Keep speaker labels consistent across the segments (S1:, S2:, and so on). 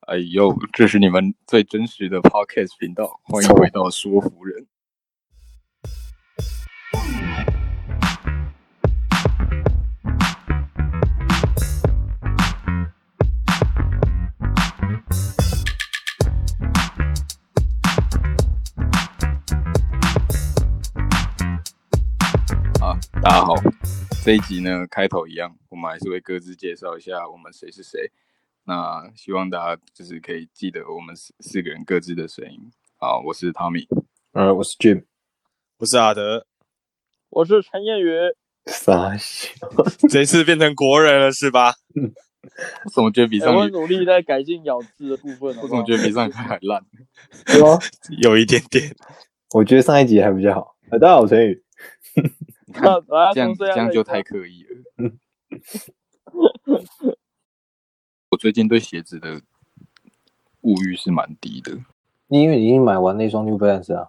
S1: 哎呦，这是你们最真实的 podcast 频道，欢迎回到说服人。啊，大家好，这一集呢开头一样，我们还是会各自介绍一下我们谁是谁。那希望大家就是可以记得我们四四个人各自的声音。啊，我是汤米，
S2: 呃，我是 Jim，
S3: 我是啊阿德，
S4: 我是陈彦宇，
S2: 傻笑，
S3: 这次变成国人了是吧？
S1: 我怎么觉得比
S4: 哎
S1: 上
S4: 我
S1: 一，
S4: 努力在改进咬字的部分
S1: 我
S4: 好不
S1: 怎
S4: 好
S1: 么觉得比上一个还烂？
S2: 对吗？
S3: 有一点点，
S2: 我觉得上一集还比较好。呃、大家好，我陈宇，
S1: 你看
S4: 那来
S1: 这样
S4: 从
S1: 这
S4: 样
S1: 样
S4: 的
S1: 就
S4: 一个
S1: 太刻意了。 我最近对鞋子的物欲是蛮低的，
S2: 你因为你已经买完那双 New Balance 啊，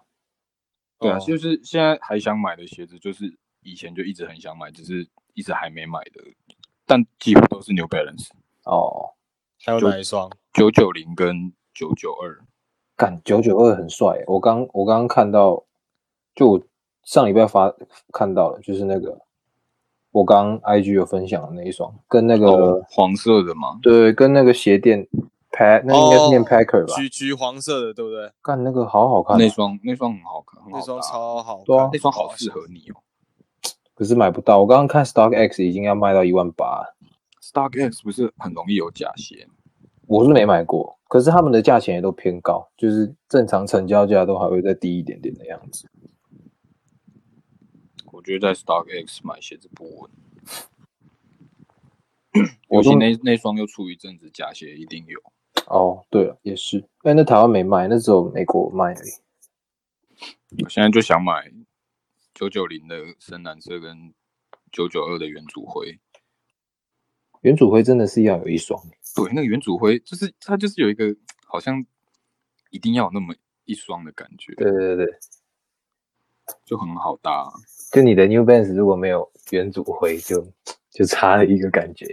S1: 对啊，
S3: 哦
S1: 就是现在还想买的鞋子，就是以前就一直很想买，只是一直还没买的，但几乎都是 New Balance
S2: 哦，
S3: 还有哪一双？
S1: 九九零跟九九二，
S2: 干九九二很帅欸耶，我刚我刚刚看到，就我上礼拜发看到了，就是那个我刚 IG 有分享的那一双，跟那个、
S1: 哦，黄色的嘛，
S2: 对，跟那个鞋店 Pack，那应该是念
S3: 哦
S2: Packer 吧？
S3: 橘橘黄色的，对不对？
S2: 干、那个好好看啊、
S1: 那双那双很好看，很好
S3: 那
S1: 搭
S3: 双超好看，
S2: 对啊
S1: 那双好适合你哦。
S2: 可是买不到，我刚刚看 Stock X 已经要卖到一万八。
S1: Stock X 不是很容易有假鞋，
S2: 我是没买过，可是他们的价钱也都偏高，就是正常成交价都还会再低一点点的样子。
S1: 我觉得在 Stock X 买鞋子不稳。
S2: 我
S1: 尤
S2: 说
S1: 其那那双又出一阵子，假鞋一定有。
S2: 哦，对了，也是，哎，那台湾没卖，那只有美国卖而已。
S1: 我现在就想买九九零的深蓝色跟九九二的原主灰。
S2: 原主灰真的是要有一双，
S1: 对，那个原主灰就是它就是有一个好像一定要有那么一双的感觉，
S2: 对对对，
S1: 就很好搭啊、
S2: 就你的 New Balance 如果没有原主灰，就就差了一个感觉。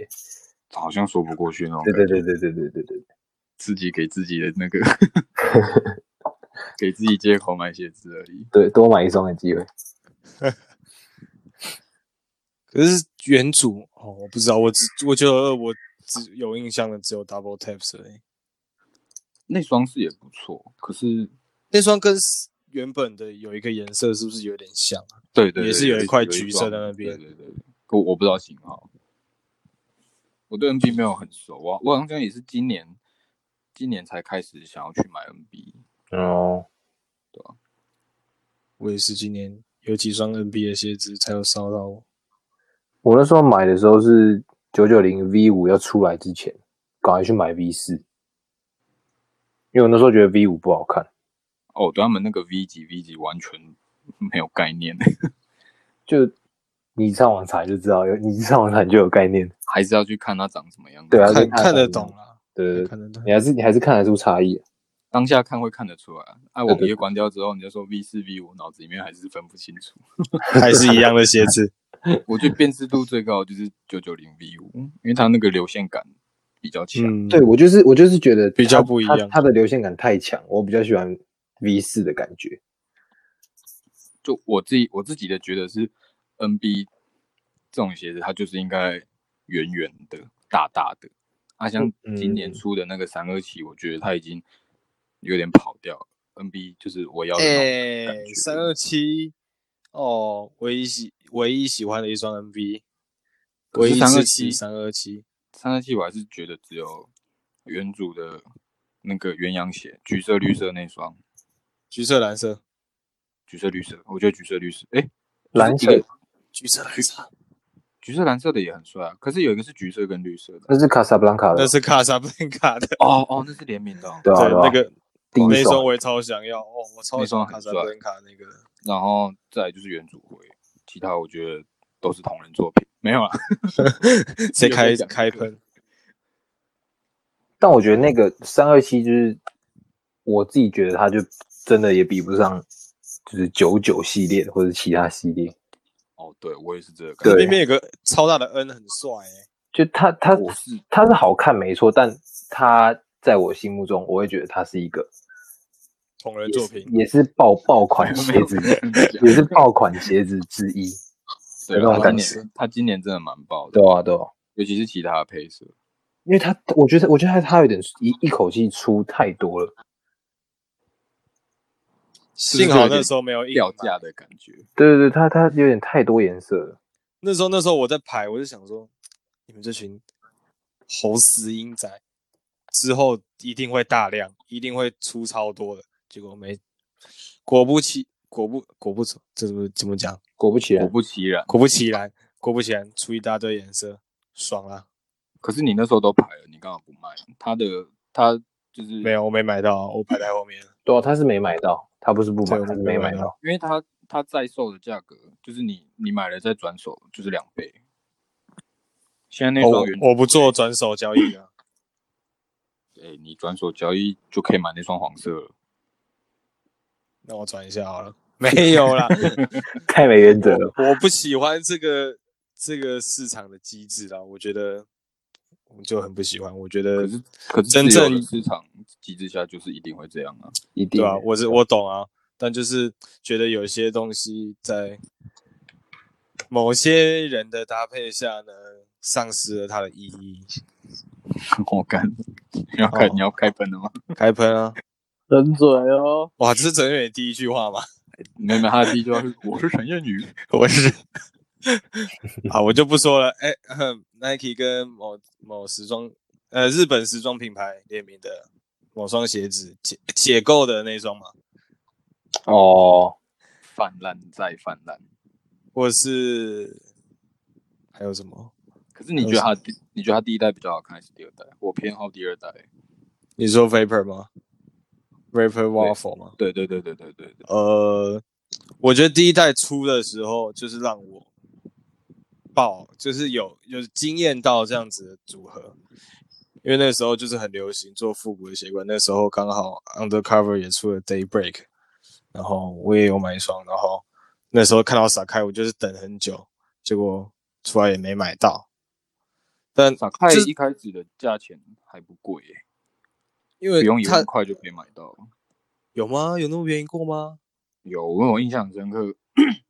S1: 好像说不过去那种
S2: 对
S1: 感觉。
S2: 对对对对对对对，
S1: 自己给自己的那 个，给自己借口买鞋子而已。
S2: 对，多买一双的机会。
S3: 可是原主哦，我不知道，我只我觉得我只有印象的只有 Double Taps 而已。
S1: 那双是也不错，可是
S3: 那双跟原本的有一个颜色是不是有点像啊？
S1: 对对
S3: 也
S1: 对
S3: 是有一块橘
S1: 双
S3: 色在那边
S1: 对对对，可我我不知道型号，我对 NB 没有很熟啊，我好像也是今年今年才开始想要去买 NB。
S2: 哦，
S3: 我也是今年有几双 NBA 鞋子才有烧到我。
S2: 我那时候买的时候是九九零 V 五要出来之前，赶快去买 V 四，因为我那时候觉得 V 五不好看。
S1: 哦，对他们那个 V 级 V 级完全没有概念，
S2: 就你上网查就知道，有你上网查你就有概念。
S1: 还是要去看它长什么样子。
S2: 对啊
S3: 看
S2: 就看
S3: 看得懂啦，
S2: 对对对，
S3: 看得懂。
S2: 你还是你还是看得出差异。
S1: 当下看会看得出来啊。哎，网
S2: 对
S1: 页关掉之后，你就说 V 四 V 五，脑子里面还是分不清楚。
S3: 还是一样的鞋子。
S1: 我觉得辨识度最高的就是九九零 V 五，
S2: 嗯
S1: 因为它那个流线感比较强。
S3: 嗯，
S2: 对我就是我就是觉得
S3: 比较
S2: 它
S3: 不一
S2: 它
S3: 样
S2: 它的流线感太强，我比较喜欢 V 四的感觉。
S1: 就我自己我自己的觉得是，NB 这种鞋子它就是应该圆圆的、大大的。啊，像
S2: 嗯
S1: 今年出的那个三二七，我觉得它已经有点跑掉了。NB 就是我要的那种
S3: 哎
S1: 感觉，
S3: 三二七，哦，唯一喜唯一喜欢的一双 MV，
S1: 可
S3: 唯
S1: 是
S3: 一支持
S1: 327
S3: 三二七，
S1: 三二七我还是觉得只有原主的那个鸳鸯鞋，橘色、绿色那双，
S3: 橘色、蓝色，
S1: 橘色、绿色，我觉得橘色、绿色，哎、
S2: 蓝
S1: 就是一
S2: 色
S1: 个
S3: 橘色、蓝色，
S1: 橘色、蓝色的也很帅啊。可是有一个是橘色跟绿色的，啊
S2: 那是卡萨布兰卡的
S3: 那，是卡萨布兰卡的，
S1: 哦哦，那是联名的哦、
S2: 对啊
S3: 对，
S2: 对啊
S3: 那个
S2: 第
S3: 那
S2: 一
S3: 一
S2: 双
S3: 双我也超想要，哦，我超
S1: 那
S3: 喜
S1: 双
S3: 欢
S1: 很
S3: 卡萨布
S1: 帅
S3: 兰卡那个的，
S1: 然后再来就是原主灰，其他我觉得都是同人作品，没有啦。啊
S3: 谁开
S1: 有点
S3: 开喷？
S2: 但我觉得那个三二七就是我自己觉得它就真的也比不上，就是九九系列或者其他系列。
S1: 哦，对我也是这个感
S2: 对
S1: 觉。
S3: 那边有个超大的 N 很帅哎，
S2: 就它它
S1: 我是
S2: 它是好看没错，但它在我心目中，我会觉得它是一个
S3: 同人
S2: 也
S3: 作
S2: 是
S3: 品，
S2: 也是爆爆款鞋子， 也是爆款鞋子之一，
S1: 对
S2: 那种
S1: 啊，他今
S2: 感
S1: 年他今年真的蛮爆的
S2: 对，啊，对啊，
S1: 尤其是其他的配色，
S2: 因为他我觉得我觉得他他有点一一口气出太多了，
S1: 不是
S3: 幸好
S1: 有点
S3: 那时候没有硬
S1: 掉
S3: 买
S2: 啊
S1: 价的感觉。
S2: 对对对，他他有点太多颜色了，
S3: 那时候那时候我在排，我就想说，你们这群猴死鹰仔，之后一定会大量，一定会出超多的。结果没，果不其果不果不这怎么怎么讲？
S2: 果不其
S1: 果
S2: 然，
S1: 不其然，
S3: 果不其然，果不其然出一大堆颜色，爽啦！
S1: 可是你那时候都排了，你刚好不卖？他的他就是
S3: 没有，我没买到啊，我排在后面。
S2: 对啊，他是没买到，他不是不买
S3: 对，我
S2: 他是
S3: 没
S2: 没
S3: 买
S2: 买
S3: 到
S2: 到，
S1: 因为它它在售的价格就是你你买了再转手就是两倍。现在那
S2: 哦
S3: 我
S1: 双原
S3: 哦我不做转手交易啊，
S1: 哎、你转手交易就可以买那双黄色了。
S3: 那我转一下好了。没有啦，
S2: 太没原则了，
S3: 我不喜欢这个这个市场的机制啦，我觉得我就很不喜欢。我觉得
S1: 可是可是
S3: 真
S1: 自由
S3: 正
S1: 的市场机制下就是一定会这样啊。
S2: 一定
S3: 对
S2: 的
S3: 啊，我是我懂啊，但就是觉得有些东西在某些人的搭配下呢，丧失了它的意义。
S1: 我干，你要开、
S3: 哦
S1: 你要开喷了吗？
S3: 开喷啊！
S4: 人嘴哦，
S3: 哇，这是陈远第一句话吗？
S1: 没有没有，他的第一句话是我是陈彦 宇，
S3: 我是啊，我就不说了。哎、 哼 n i k e 跟某某时装呃日本时装品牌联名的某双鞋子解解构的那双嘛，
S2: 哦，
S1: 泛滥再泛滥。
S3: 或是还有什么？
S1: 可是你觉得他你觉得他第一代比较好看还是第二代？我偏好第二代。
S3: 你说 Vapor 吗？Vapor Waffle 吗？
S1: 对对对对对对对，
S3: 呃，我觉得第一代出的时候就是让我爆，就是有有惊艳到这样子的组合，因为那时候就是很流行做复古的鞋款，那时候刚好 Undercover 也出了 Daybreak，然后我也有买一双，然后那时候看到撒开，我就是等很久，结果出来也没买到，但
S1: 傻开
S3: 就是
S1: 一开始的价钱还不贵、耶
S3: 因
S1: 不
S3: 为
S1: 用一
S3: 它
S1: 万块就可以买到。
S3: 有吗？有那么便宜过吗？
S1: 有，我有印象很深刻。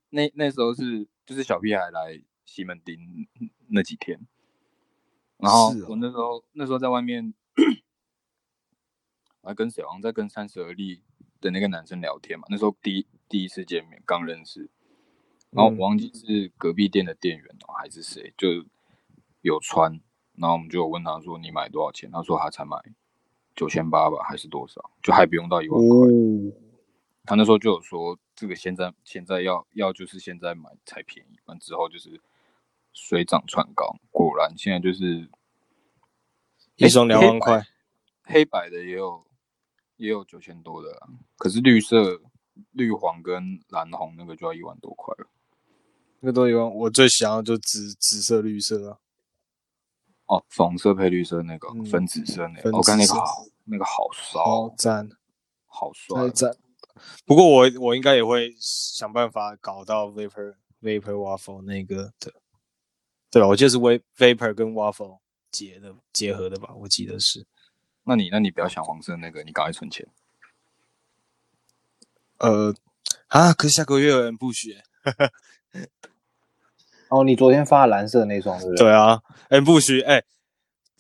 S1: 那那时候是就是小屁孩来西门町那几天，然后
S3: 是哦
S1: 我那时候那时候在外面，我还跟谁？好像在跟三十而立的那个男生聊天嘛。那时候第一第一次见面，刚认识，然后我
S3: 嗯
S1: 忘记是隔壁店的店员哦、还是谁，就有穿，然后我们就有问他说你买多少钱？他说他才买九千八吧，还是多少？就还不用到一万块。他那时候就有说，这个现在现在要要就是现在买才便宜，完之后就是水涨船高。果然现在就是
S3: 一双两万块，
S1: 黑白的也有也有九千多的啦，可是绿色、绿黄跟蓝红那个就要一万多块了。
S3: 那个都有啊。我最想要就紫紫色、绿色啊。
S1: 哦，粉红色配绿色那个、
S3: 嗯
S1: 粉紫色那
S3: 粉
S1: 个，我、看那
S3: 紫
S1: 个
S3: 色
S1: 好那个好骚，
S3: 好赞，
S1: 好帅
S3: 太
S1: 哦。
S3: 赞！不过我我应该也会想办法搞到 vapor vapor waffle 那个的，对吧？我记得是 va- vapor 跟 waffle 结的结合的吧？我记得是，
S1: 那你那你不要想黄色那个，你赶快存钱。
S3: 呃，啊，可是下个月有人不学，
S2: 哦，你昨天发的蓝色那双是不是？
S3: 对啊，M 不许，哎、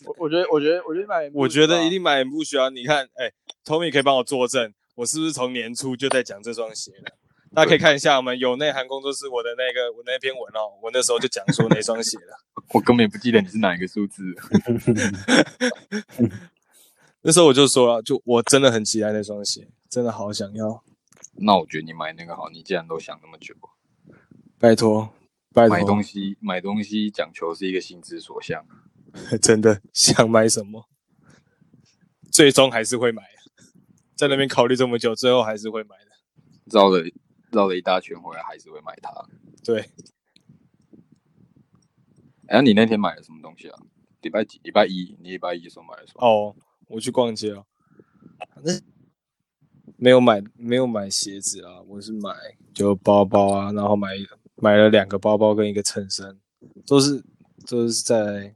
S4: 我我觉得我觉得我觉得买，
S3: 我觉得一定买 M 不许啊！你看，哎、t o m m y 可以帮我作证，我是不是从年初就在讲这双鞋了？大家可以看一下我们有内涵工作室我的那个我那篇文哦，我那时候就讲说那双鞋了。
S1: 我根本也不记得你是哪一个数字。
S3: 那时候我就说了，就我真的很期待那双鞋，真的好想要，
S1: 那我觉得你买那个好，你既然都想那么久。
S3: 拜托，拜
S1: 买
S3: 托
S1: 东，西买东西讲求是一个心之所向，
S3: 真的想买什么，最终还是会买。在那边考虑这么久，最后还是会买的。
S1: 绕了绕了一大圈回来还是会买它。
S3: 对，
S1: 哎、那你那天买了什么东西啊？礼拜几？礼拜一？你礼拜一的时候买了什么？
S3: 哦，我去逛街了，啊那没有买没有买鞋子啊，我是买就包包啊，然后买买了两个包包跟一个衬衫，都是都是在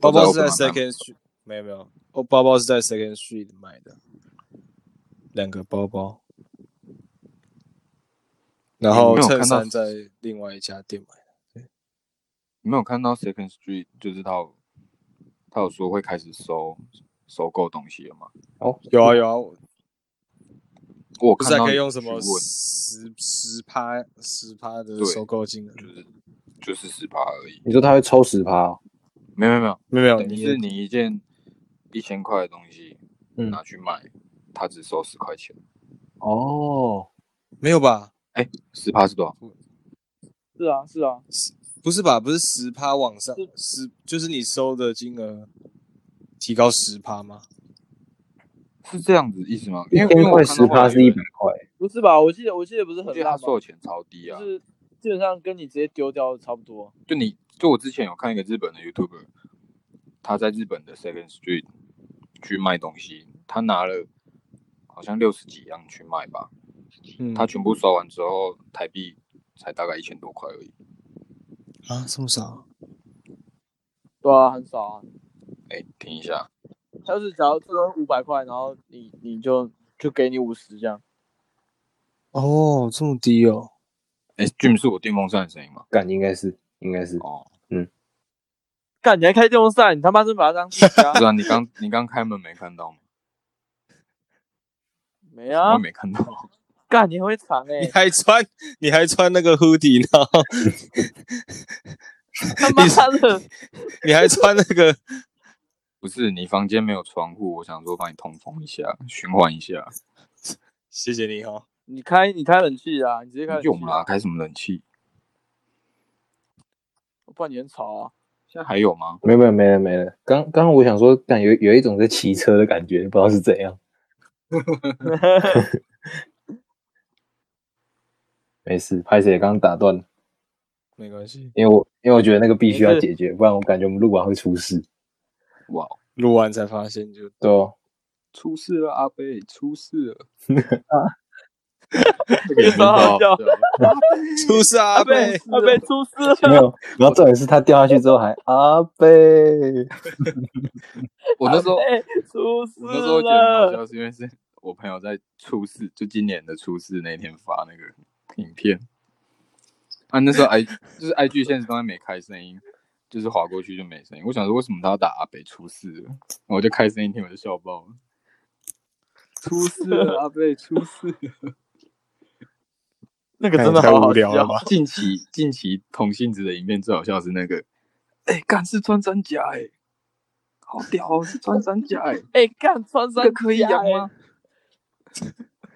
S3: 包包是在
S1: 都在啊
S3: Second Street，没有没有我包包是在 Second Street 买的，两个包包，然
S1: 你
S3: 后
S1: 没有
S3: 衬
S1: 看到
S3: 衫在另外一家店买的。
S1: 你没有看到 Second Street 就是他有他有说会开始收收购东西了吗？
S2: 哦，
S3: 有啊有啊，我
S1: 我
S3: 不
S1: 看
S3: 是
S2: 啊
S3: 还
S1: 到
S3: 可以用
S1: 你
S3: 什么
S1: 询问
S3: 十十趴十趴的
S1: 对
S3: 收购金额？
S1: 就是就是十趴而已，
S2: 你说他会抽十趴、哦？
S1: 没有没有没有，
S3: 没有没有，
S1: 等于
S3: 你
S1: 是你一件一千块的东西
S2: 嗯
S1: 拿去卖，他只收十块钱，
S2: 哦，
S3: 没有吧？
S1: 十趴是多少？
S4: 是啊是啊，
S3: 不是吧？不是十趴往上，十就是你收的金额提高十趴吗？
S1: 是这样子意思吗？
S2: 一
S1: 因为因为
S2: 千
S1: 我
S2: 块
S1: 看到
S2: 十
S1: 后来
S2: 趴
S1: 有
S2: 是一
S1: 人
S2: 百，块，
S4: 不是吧？我记得我记得不是
S1: 我
S4: 很
S1: 记得
S4: 烂
S1: 他
S4: 吗？
S1: 收的钱超低啊
S4: 就。是基本上跟你直接丢掉的差不多。
S1: 就你就我之前有看一个日本的 YouTuber，他在日本的 Second Street 去卖东西，他拿了好像六十几样去卖吧，
S3: 嗯，
S1: 他全部收完之后，台币才大概一千多块而已。
S3: 啊这么少？
S4: 对啊，很少啊。
S1: 哎、听一下，
S4: 他就是假如这东西五百块，然后你你就就给你五十这样。
S3: 哦，这么低哦。
S1: 哎、j i m 是我电风扇的声音吗？
S2: 干应该是应该是
S1: 哦，
S4: 干，你还开电风扇？你他妈真把它当自家
S1: 不？是啊，你刚你刚开门没看到吗？
S4: 没
S1: 我
S4: 啊
S1: 也，没看到，
S4: 干，你很 会藏哎、
S3: 你还穿你还穿那个 hoodie，然后
S4: 他妈的，
S3: 你还穿那个
S1: 不是你房间没有窗户，我想说帮你通风一下，循环一下。
S3: 谢谢你哦。
S4: 你开你开冷气啊，你直接开冷气、
S1: 用啦，开什么冷气？
S4: 不然你很吵啊。
S1: 现在还有吗？
S2: 没有没有没了没了。刚刚刚我想说，感有有一种在骑车的感觉，不知道是怎样。 没事，拍谁刚刚打断了，
S3: 没关系，
S2: 因为我因为我觉得那个必须要
S4: 没事
S2: 解决，不然我感觉我们录完会出事。
S1: 哇，
S3: 录完才发现就
S2: 对哦，
S1: 出事了，阿贝，出事 了！
S4: 这个啊超好笑，
S1: 啊
S3: 出事啊！
S4: 阿
S3: 被
S4: 贝阿贝出事了。
S3: 啊
S2: 没有。然后重点是他掉下去之 后还阿贝，
S1: 我那时候，我
S4: 哎，出事
S1: 那时候觉得很好
S4: 了！
S1: 笑，是因为是我朋友在初四，就今年的初四那天发那个影片。啊，那时候 i 就是 IG 现实动态没开声音，就是划过去就没声音。我想说，为什么他要打阿北出事了？然后我就开声音听，我就笑 爆了。出事了，阿北出事了！
S4: 那个真的好好笑。
S3: 吧？
S1: 近期近期同性质的影片最好笑是那个，哎、干是穿山甲哎、好屌哦，是穿山甲哎、
S4: 哎，干穿
S1: 这
S4: 山
S1: 个可以
S4: 甲
S1: 养
S4: 哎
S1: 吗？？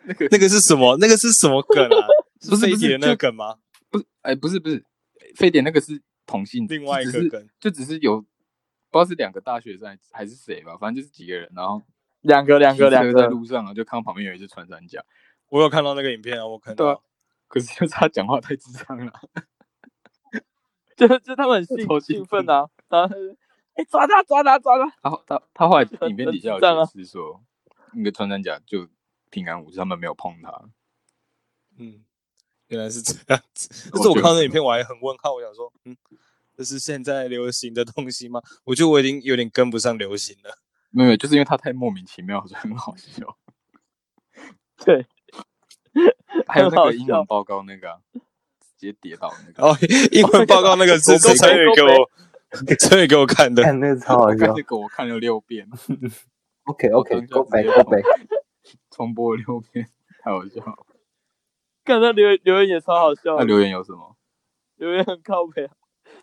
S1: 那个
S3: 那个是什么？那个是什么梗啊？
S1: 不是
S3: 飞
S1: 不是
S3: 碟那个
S1: 就
S3: 梗吗？
S1: 不是，哎、不是不是，非典那个是同性，
S3: 另外一
S1: 就
S3: 个
S1: 只是
S3: 梗，
S1: 就只是有不知道是两个大学生还是还是谁吧，反正就是几个人，然后
S4: 两个两个
S1: 骑车
S4: 两
S1: 在
S4: 个，
S1: 路上啊，就看到旁边有一只穿山甲，
S3: 我有看到那个影片啊，我看
S1: 对啊
S3: 到。
S1: 可是就是他讲话太智障了，
S4: 就就他们很兴
S1: 超兴
S4: 兴奋啊，然后哎抓他抓他抓 他，
S1: 然后他他后来影片底下有
S4: 很智障啊
S1: 解释说，那个穿山甲就平安无事，他们没有碰他。
S3: 嗯，原来是这样子。
S1: 我
S3: 但是
S1: 觉
S3: 我
S1: 得
S3: 看到那影片，我还很问号，我想说，嗯，这是现在流行的东西吗？我觉得我已经有点跟不上流行了。
S1: 没有，没有就是因为他太莫名其妙，所以很好笑。
S4: 对，
S1: 还有那
S4: 很好
S1: 个
S4: 笑
S1: 英文报告那个啊、直接跌倒那个，
S2: 哦
S3: 然后英文报告那个是
S4: 我
S3: 是
S4: 跟
S3: 陈宇
S4: 我
S3: 给我，陈宇给我 看的。
S2: 看那个超好笑
S1: 看。这个我看了六遍。
S2: OK
S1: 我
S2: OK
S1: 当下
S2: Go
S1: 直
S2: back
S1: 接
S2: Go back，
S1: 重播了六遍，太好笑了。
S4: 看他留言留言也超好笑
S2: 哦
S1: 那
S4: 的，
S1: 留言有什么？
S4: 留言很靠北啊，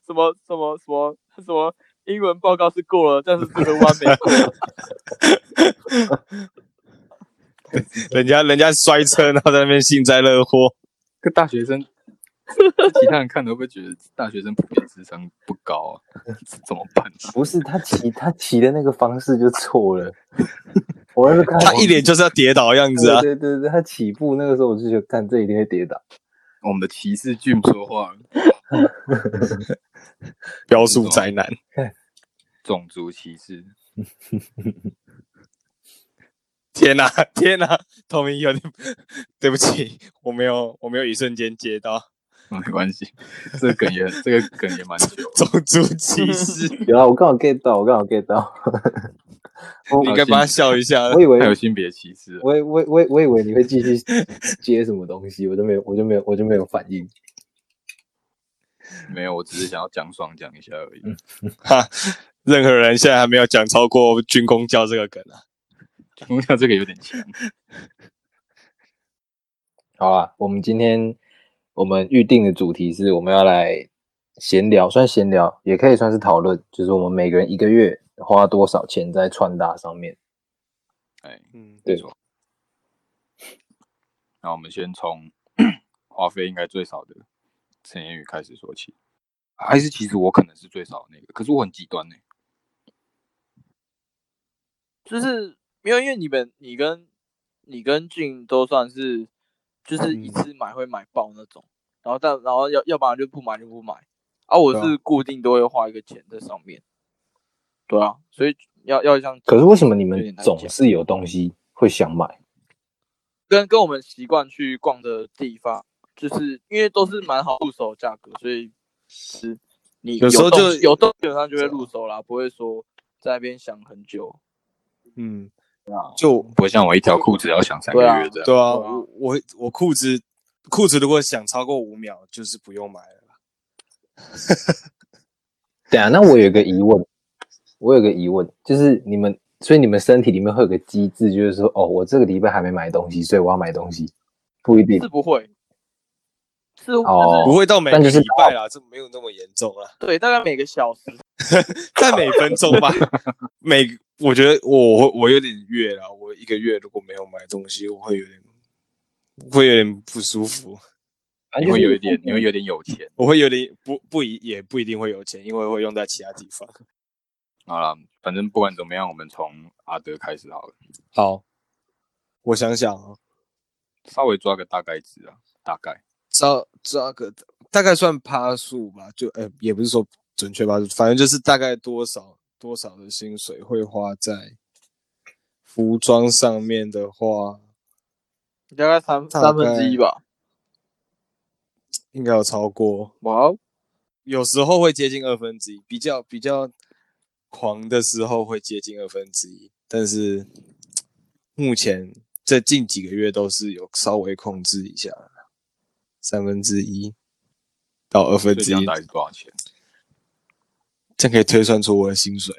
S4: 什么什么什么什么英文报告是过了，但是这个完美过，
S3: 人家人家摔车，然后在那边幸灾乐祸。
S1: 跟大学 生，其他人看了会不会觉得大学生普遍智商不高啊？怎么办、啊？
S2: 不是他骑他骑的那个方式就错 了。我那时候看
S3: 他一脸就是要跌倒的样子啊！
S2: 哦对对对对，他起步那个时候我就觉得，看这一定会跌倒。
S1: 我们的骑士 Jim 说话了，
S3: 标速宅男，
S1: 种族歧视。
S3: 天哪、天哪、透明有点对不起，我没有我没有一瞬间接到
S1: 没关系，这个梗也这个梗也蛮久了。
S3: 种族歧视。
S2: 有啊，我刚好 get 到，我刚好 get 到。 我
S3: 你应该把他笑一下。
S2: 我以为
S1: 还有性别歧视啊、
S2: 我以我以我以我以为你会继续接什么东西，我就没有我就没有我就没有反应。
S1: 没有，我只是想要讲爽讲一下而
S2: 嗯
S1: 已。
S3: 哈，任何人现在还没有讲超过军工教这个梗啊。
S1: 我想这个有点强，
S2: 好啦，我们今天我们预定的主题是我们要来闲聊，算闲聊也可以算是讨论，就是我们每个人一个月花多少钱在穿搭上面。
S1: 哎，
S3: 嗯，
S2: 对
S1: 没错。那我们先从 花费应该最少的陈言宇开始说起，还是其实我可能是最少的那个，可是我很极端欸呢、
S4: 就是没有，因为你们你跟你跟俊都算是就是
S2: 嗯
S4: 一次买会买爆那种，然后但然后要要不然就不买就不买啊，我
S2: 对啊
S4: 是固定都会花一个钱在上面，对啊，所以要要像
S2: 可是为什么你
S4: 有点
S2: 们
S4: 难
S2: 总
S4: 讲
S2: 是有东西会想买？
S4: 跟跟我们习惯去逛的地方，就是因为都是蛮好入手的价格，所以是你
S3: 有时候
S4: 动
S3: 就
S4: 有动基本上就
S2: 啊
S4: 会入手啦，不会说在那边想很久。
S3: 嗯，
S1: 啊，
S3: 就
S1: 不会像我一条裤子要想三个
S4: 对啊
S1: 月这样。
S3: 对啊，
S4: 对啊
S3: 我我我裤子裤子如果想超过五秒，就是不用买了啦。
S2: 对啊，那我有一个疑问，我有个疑问，就是你们，所以你们身体里面会有个机制，就是说，哦，我这个礼拜还没买东西，所以我要买东西，不一定
S4: 是不会，是
S2: 哦
S3: 不会到每
S2: 但
S3: 个
S2: 就是
S3: 礼拜啦，这没有那么严重啦，
S4: 对，大概每个小时，
S3: 在每分钟吧。每我觉得我我我有点月啦，我一个月如果没有买东西，我会有点会有点不舒服，
S2: 反
S1: 你
S2: 正就
S1: 会
S2: 是
S1: 有一点，你会有点有钱。
S3: 我会有点不不一也不一定会有钱，因为会用在其他地方。
S1: 好了，反正不管怎么样，我们从阿德开始好了，
S3: 好，我想想啊，
S1: 稍微抓个大概值啊，大概
S3: 抓抓个大概算趴数吧，就呃也不是说准确趴数，反正就是大概多少多少的薪水会花在服装上面的话，
S4: 大概三
S3: 大
S4: 三分之一吧。
S3: 应该有超过，
S4: 哇哦，
S3: 有时候会接近二分之一，比较比较狂的时候会接近二分之一，但是目前这近几个月都是有稍微控制一下，三分之一到二分
S1: 最
S3: 之
S1: 想
S3: 一
S1: 大概是多少钱？
S3: 这样可以推算出我的薪水，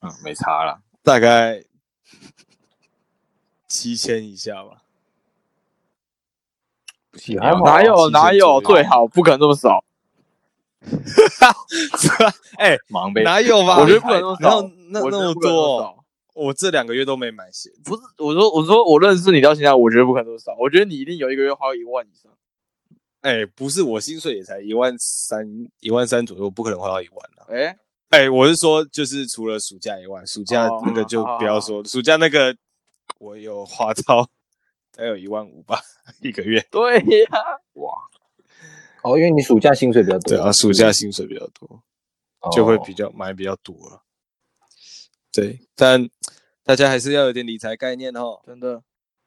S1: 嗯，没差啦。
S3: 大概七千以下吧。
S1: 不行，
S2: 也
S1: 你要
S2: 还好
S4: 哪有
S3: 其实
S4: 哪有，
S3: 左右
S4: 最好不可能这么少，
S3: 哎、
S1: 忙呗？
S3: 哪有吧？
S4: 我觉得不能那么
S3: 哪有
S4: 少，
S3: 那
S4: 我觉
S3: 那
S4: 得
S3: 么
S4: 不可能那么
S3: 多，
S4: 少。
S3: 我这两个月都没买鞋。
S4: 不是，我说我说我认识你到现在，我觉得不可能这么少。我觉得你一定有一个月花一万以上。
S3: 哎、不是，我薪水也才一万三，一万三左右，不可能花到一万啊。
S4: 哎，
S3: 哎、我是说，就是除了暑假以外，暑假
S4: 哦
S3: 那个就不要说，暑假那个我有花到大概有一万五吧，一个月。
S4: 对呀，
S1: 哇，
S2: 哦，因为你暑假薪水比较多，
S3: 对啊，暑假薪水比较多。
S2: 哦
S3: 就会比较买比较多了。对，但大家还是要有点理财概念哦。
S4: 真的，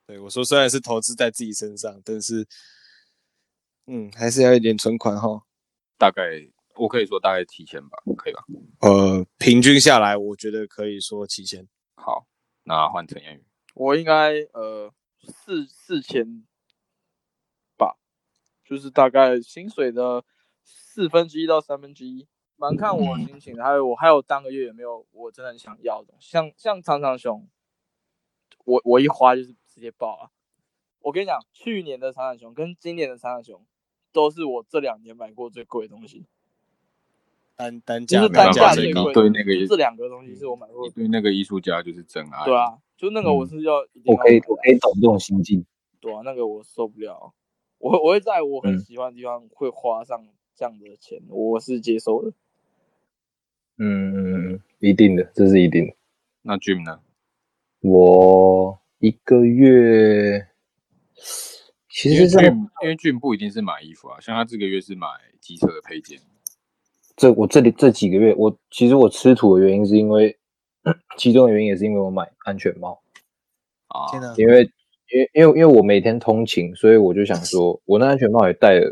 S3: 对我说，虽然是投资在自己身上，但是，嗯，还是要有一点存款哦哈。
S1: 大概我可以说大概提前吧，可以吧？
S3: 呃，平均下来，我觉得可以说七千。
S1: 好，那换陈言宇，
S4: 我应该呃四四千吧，就是大概薪水的四分之一到三分之一，蛮看我
S1: 嗯
S4: 心情的。还有我还有当个月有没有我真的很想要的东西，像像长长熊，我我一花就是直接爆啊！我跟你讲，去年的长长熊跟今年的长长熊都是我这两年买过最贵的东西，
S3: 单单
S4: 就
S3: 价
S1: 没
S4: 是
S1: 办
S4: 单
S1: 法
S4: 价
S3: 最
S4: 最
S1: 你
S3: 高
S4: 贵的。
S1: 对那个嗯
S4: 就这两个东西是我买过
S1: 你，对那个艺术家就是真爱。
S4: 对，啊，就那个我
S2: 嗯
S4: 是要一定
S2: 我
S4: 要
S2: 可以
S4: 买的
S2: 我可以懂这种心境。
S4: 对啊，那个我受不了，我会我会在我很
S2: 嗯
S4: 喜欢的地方会花上这样的钱，我是接受的。
S2: 嗯嗯嗯嗯，一定的，这是一定的。
S1: 那 Jim 呢？
S2: 我一个月其
S1: 因为
S2: 实这样
S1: Jim 因为 Jim 不一定是买衣服啊，像他这个月是买机车的配件，
S2: 这我这里这几个月，我其实我吃土的原因是因为， 其中的原因也是因为我买安全帽，
S1: 啊，
S3: 天哪、
S2: 因为因为因为因为我每天通勤，所以我就想说，我那安全帽也戴了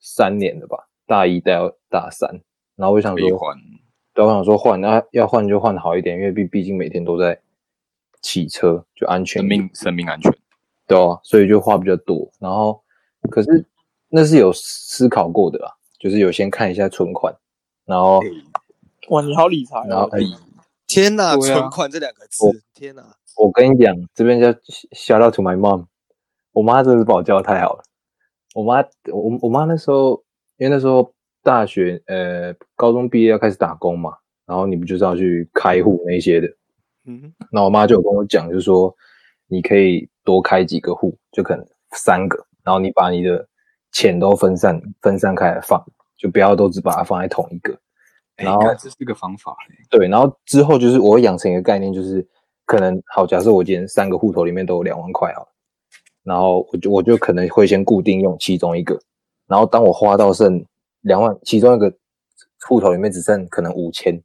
S2: 三年了吧，大一戴到大三，然后我就想
S1: 可以
S2: 说，
S1: 还。
S2: 对啊，我想说换，那要换就换好一点，因为毕毕竟每天都在骑车，就安全
S1: 生
S2: 一点
S1: 命生命安全。
S2: 对啊，所以就话比较多。然后，可是那是有思考过的啦，就是有先看一下存款，然后
S4: 哇，你好理财
S2: 然后
S4: 哦！
S2: 哎
S3: 天哪，
S1: 对啊
S3: 存款这两个
S2: 我
S3: 字，天哪，
S2: 我跟你讲，这边叫 shout out to my mom，我妈真的是把我教的太好了。我妈，我我妈那时候，因为那时候大学呃高中毕业要开始打工嘛，然后你不就是要去开户那些的，
S3: 嗯，
S2: 那我妈就有跟我讲，就是说你可以多开几个户，就可能三个，然后你把你的钱都分散分散开来放，就不要都只把它放在同一个。
S1: 哎、
S2: 然后
S1: 看这是个方法、哎
S2: 对，然后之后就是我会养成一个概念，就是可能好，假设我今天三个户头里面都有两万块好了，然后我就我就可能会先固定用其中一个，然后当我花到剩两万，其中一个户头里面只剩可能五千，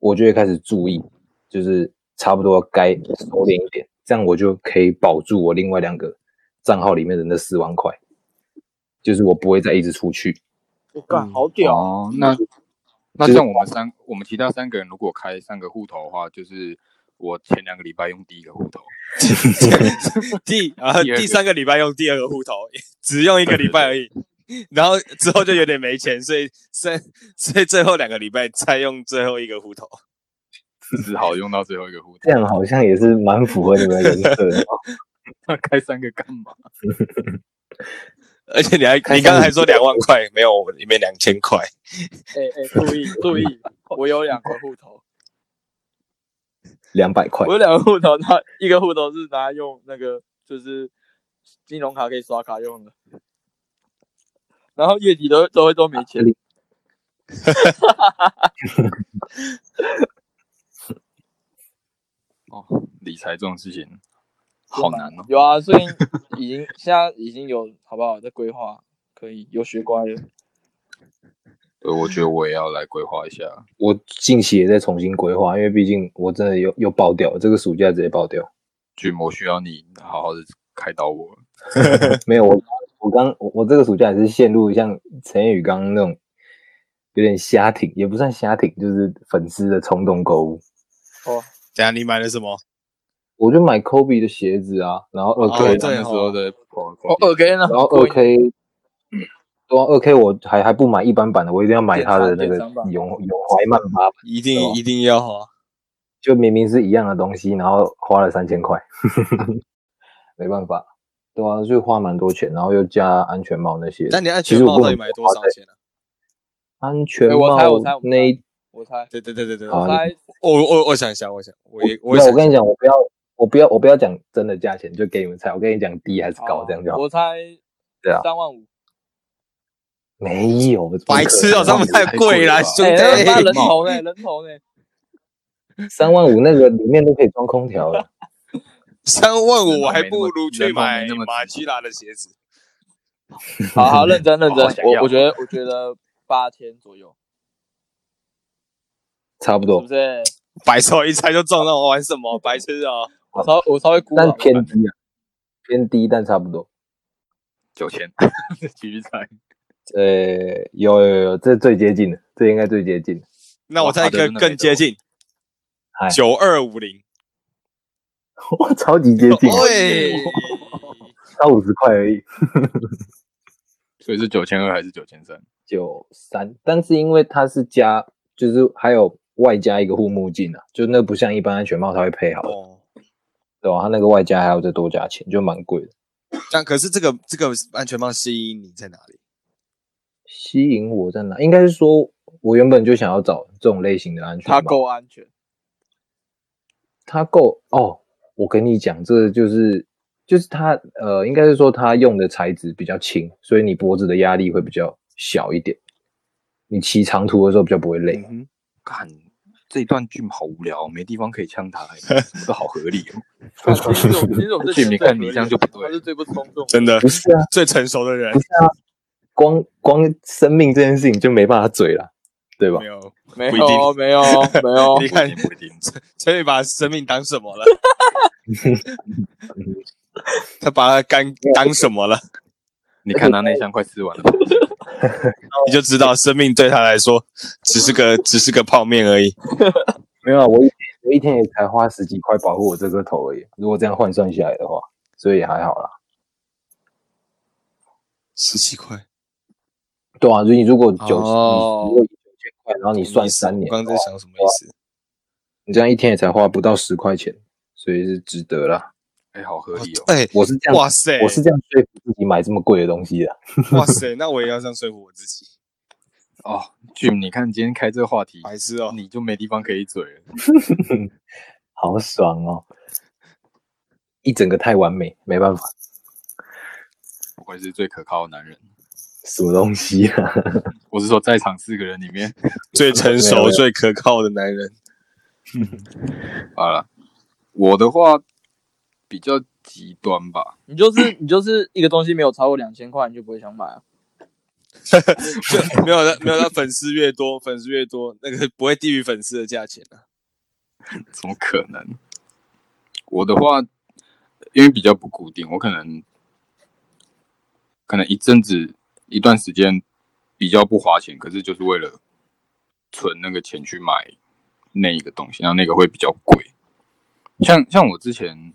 S2: 我就会开始注意，就是差不多该收敛一点，这样我就可以保住我另外两个账号里面的那四万块，就是我不会再一直出去。
S4: 我干，
S3: 嗯
S4: 好屌哦！
S1: 哦，那那
S2: 就是
S1: 像我们三，我们其他三个人如果开三个户头的话，就是我前两个礼拜用第一个户头，
S3: 第啊
S1: 第二个
S3: 第三个礼拜用第二个户头， 只用一个礼拜而已，然后之后就有点没钱，所以所以 所以最后两个礼拜再用最后一个户头，
S1: 只好用到最后一个户头
S2: 这。样好像也是蛮符合你们的人设的。哦
S1: 那开三个干嘛？
S3: 而且你还
S2: 开
S3: 你
S2: 箱
S3: 刚才说两万块，没有，我里面两千块，
S4: 哎哎，注意注意，我有两个户头，
S2: 两百块
S4: 我，有两个户头，那一个户头是拿来用那个就是金融卡可以刷卡用的，然后月底都都会都没钱。
S1: 哦，理财这种事情好难哦。
S4: 有啊，最近已经现在已经有好不好在规划，可以有学乖了。
S1: 对，我觉得我也要来规划一下。
S2: 我近期也在重新规划，因为毕竟我真的又又爆掉，这个暑假直接爆掉。
S1: 俊，我需要你好好的开导我。
S2: 没有我，我刚我我这个暑假也是陷入像陈宇刚刚那种有点瞎挺，也不算瞎挺，就是粉丝的冲动购物。
S4: 哦，
S3: 等一下你买了什么？
S2: 我就买 Kobe 的鞋子啊，然后二
S3: 哦
S2: K，、
S1: 他
S3: 对
S1: 那时候
S3: 哦
S1: 的
S4: 哦，二 K 呢？
S2: 然后二
S4: 贵
S2: K，对啊，二 K 我还还不买一般版的，我一定要买他的那
S4: 典
S2: 个
S4: 藏版
S2: 永永怀曼八版，
S3: 一
S2: 什
S3: 定
S2: 么
S3: 一定要啊！
S2: 就明明是一样的东西，然后花了三千 块，没办法，对啊，就花蛮多钱，然后又加安全帽那些的。
S3: 那你安
S2: 其
S3: 全
S2: 实
S3: 帽
S2: 我不
S3: 到
S2: 能
S3: 底买多少钱啊？
S2: 安全
S4: 哎
S2: 帽
S4: 我猜我猜我猜
S2: 那一
S4: 我猜，
S3: 对对对对对，
S2: 好
S3: 我
S2: 啊
S4: 我猜
S3: 我我想一下，我想我也我
S2: 没
S3: 也
S2: 有，我
S3: 想一下
S2: 跟你讲，我不要，我不要，我不要讲真的价钱，就给你们猜。我跟你讲低还是
S3: 哦
S2: 高，这样就好
S4: 我。猜
S2: 对啊
S4: 三万五。
S2: 没有，怎么
S3: 白
S2: 可
S3: 痴
S2: 能
S3: 哦，这
S1: 三万
S3: 么
S1: 五
S3: 太贵啦，
S1: 太贵了吧
S3: 兄弟！
S4: 哎，那妈人头呢？人 头呢？
S2: 三万五那个里面都可以装空调了。
S3: 三
S1: 人
S3: 万五，
S1: 头
S3: 我还
S1: 没那
S3: 不
S1: 么
S3: 如
S1: 人
S3: 去
S1: 头没
S3: 买
S1: 那么值
S3: 马吉拉的鞋子。
S4: 好好认真认真
S1: 好想，
S4: 我
S1: 要
S4: 我觉得我觉得八千左右，
S2: 差不
S4: 是
S2: 多
S4: 不，是？
S3: 白手一猜就中，那我玩什么？白痴哦！
S4: 我稍我稍微估
S2: 但
S4: 啊，
S2: 偏低啊，偏低，但差不多。
S1: 九千， 继续猜。
S2: 呃，有有有，这最接近的，这应该最接近的。
S3: 那我再一
S1: 哇
S3: 个
S1: 真的没
S3: 更接近
S2: 哎，
S3: 九二五零。
S2: 哇，超级接
S3: 哦
S2: 近，
S3: 喂，
S2: 差五十块而已，
S1: 所以是九千二还是九千三？
S2: 九三。但是因为它是加，就是还有外加一个护目镜啊，就那不像一般安全帽，它会配好的。
S3: 哦，
S2: 对吧、它那个外加还要再多加钱，就蛮贵的。
S3: 但可是这个这个安全帽吸引你在哪里？
S2: 吸引我在哪？应该是说，我原本就想要找这种类型的安全帽。
S4: 它够安全。
S2: 它够哦。我跟你讲，这就是就是它呃，应该是说它用的材质比较轻，所以你脖子的压力会比较小一点。你骑长途的时候比较不会累。
S3: 嗯
S1: 看这一段剧好无聊，哦没地方可以呛 他，什么都好合理 哦。
S4: 看其实 我其实 我这
S1: 俊
S4: 选
S1: 你
S4: 最
S1: 看
S4: 合
S1: 你
S4: 理
S1: 这样
S4: 的
S1: 就不对
S4: 它是最不冲动
S3: 哼，。真的
S2: 不是啊，
S3: 最成熟的人
S2: 不是啊，光光生命这件事情就没办法嘴了，对吧
S3: 没？有，
S4: 没
S3: 不一定
S4: 有没有没 有
S3: 你
S1: 不一
S3: 看
S1: 定，不一 定。
S3: 所以把生命当什么了？他把他干当什么了？
S1: 你看他那箱快吃完了吧，
S3: 你就知道生命对他来说只是个
S2: 嗯
S3: 只是个泡面而已。
S2: 没有啊，我一我一天也才花十几块保护我这个头而已。如果这样换算下来的话，所以也还好啦。
S3: 十七块，
S2: 对啊，就是你如果九十、
S3: 哦
S2: 你如果九千块，然后你算三年
S3: 我，刚刚在想什么意思？
S2: 你这样一天也才花不到十块钱，所以是值得啦。
S1: 哎，好合理哦。
S3: 哎、
S2: 我是这样，
S3: 哇塞，
S2: 我是这样说服自己买这么贵的东西的。
S3: 哇塞，那我也要这样说服我自己，
S1: 哦，Jim，你看今天开这个话题，
S3: 白痴哦、
S1: 你就没地方可以嘴了。
S2: 好爽哦！一整个太完美，没办法，
S1: 不愧是最可靠的男人。
S2: 什么东西啊？
S1: 我是说，在场四个人里面，
S3: 最成
S2: 没有
S3: 熟、
S2: 没有
S3: 最可靠的男人。
S1: 好了，我的话比较极端吧。
S4: 你就是你就是一个东西没有超过两千块，你就不会想买啊。
S3: 就没有他，没有他粉丝越多，粉丝越多，那个不会低于粉丝的价钱啊。
S1: 怎么可能？我的话，因为比较不固定，我可能可能一阵子一段时间比较不花钱，可是就是为了存那个钱去买那一个东西，然后那个会比较贵。像像我之前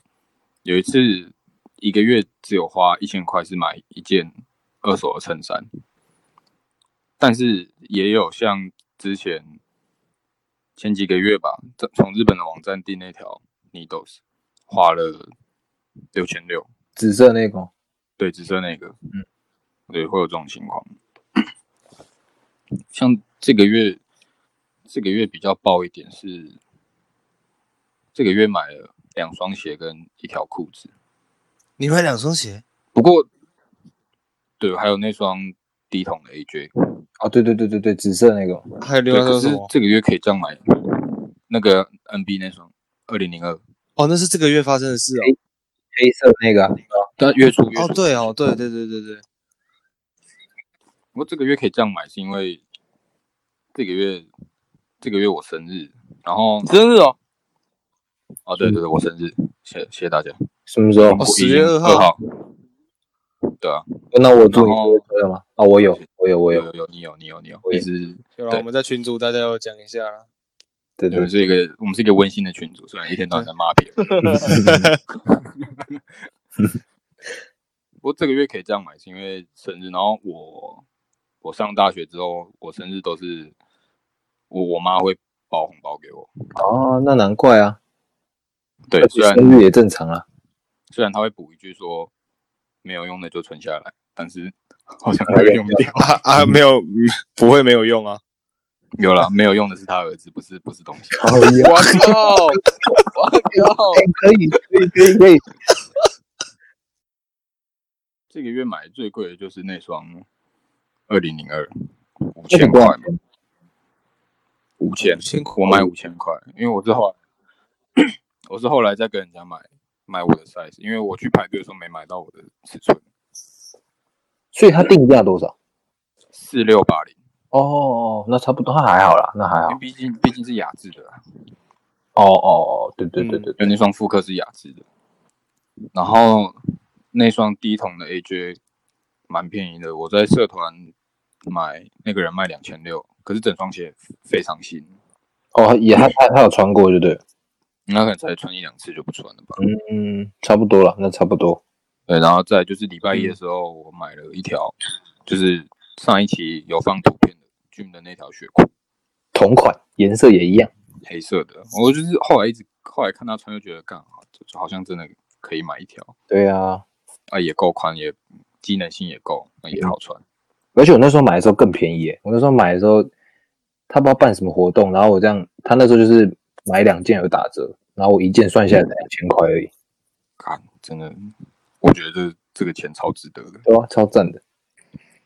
S1: 有一次一个月只有花一千块，是买一件二手的衬衫，但是也有像之前前几个月吧，这从日本的网站订那条 Needles，花了六千六，
S2: 紫色那个
S1: 对，紫色那个，嗯，对，会有这种情况。像这个月，这个月比较爆一点是，这个月买了两双鞋跟一条裤子，
S3: 你买两双鞋，
S1: 不过，对，还有那双低筒的 AJ，
S2: 哦，对对对对对，紫色那个
S3: 还有另
S1: 对，
S3: 外一
S1: 可
S3: 双什
S1: 是
S3: 么？
S1: 这个月可以这样买，那个 NB 那双二零零二，
S3: 哦，那是这个月发生的事哦。
S2: 黑色那个啊、
S1: 但月初月初
S3: 哦，对哦，对对对对对，
S1: 我这个月可以这样买，是因为这个月这个月我生日，然后
S4: 你生日哦，
S1: 哦对对对，我生日，谢谢谢大家。
S2: 什么时候？
S3: 哦10月2
S1: 2
S3: 号
S1: 号。对啊，
S2: 那我祝你
S1: 然
S2: 生日
S1: 后
S2: 快乐吗？啊、我有，我有，我
S1: 有有
S2: 有，
S1: 有，你有你有你有，
S2: 我也
S1: 你是
S3: 有了，
S1: 对
S3: 我们在群组大家有讲一下啦。
S2: 对
S1: 我
S2: 对
S1: 们是一个我们是一个温馨的群组，虽然一天到晚在骂别人，不过这个月可以这样买，是因为生日。然后我我上大学之后，我生日都是我我妈会包红包给我。
S2: 哦，那难怪啊，
S1: 对
S2: 而，且
S1: 虽然
S2: 生日也正常啊。
S1: 虽然他会补一句说没有用的就存下来，但是好像没有用掉。
S3: 啊啊，没有，嗯不会没有用啊。
S1: 有了，没有用的是他儿子，不是不是东西。
S2: 哦 呀，
S4: 我靠，我靠，
S2: 可以可以可以可以，
S1: 这个月买最贵的就是那双二零零二，五
S2: 那
S1: 千
S2: 是多
S1: 块
S2: 少
S1: 嘛，五千，
S3: 千
S1: 我买五千块，因为我是后来，我是后来再跟人家买买我的 size，因为我去排队的时候没买到我的尺寸，
S2: 所以它定价多少？
S1: 四六八零，
S2: 哦哦，哦那差不多，那还好啦，那还
S1: 因
S2: 好
S1: 为。毕竟毕竟是雅致的啊啦，
S2: 哦哦哦，对对对对
S1: 就
S2: 对，
S1: 那双复刻是雅致的，然后那双低筒的 AJ 蛮便宜的，我在社团买那个人卖两千六，可是整双鞋非常新，
S2: 哦，也他他他有穿过，对不对了？
S1: 那可能才穿一两次就不穿了吧。
S2: 嗯，差不多了，那差不多。
S1: 对，然后再就是礼拜一的时候，我买了一条，就是上一期有放图片的 Jim 的那条雪裤，
S2: 同款，颜色也一样。
S1: 黑色的。我就是后来一直后来看他穿，就觉得干好，就就好像真的可以买一条
S2: 对啊，
S1: 啊，也够宽，也机能性也够，那也好穿。
S2: 而且我那时候买的时候更便宜耶，我那时候买的时候，他不知道办什么活动，然后我这样，他那时候就是买两件有打折，然后我一件算下来才两千块而已，
S1: 干，真的，我觉得这这个钱超值得的。
S2: 对啊，超赞的。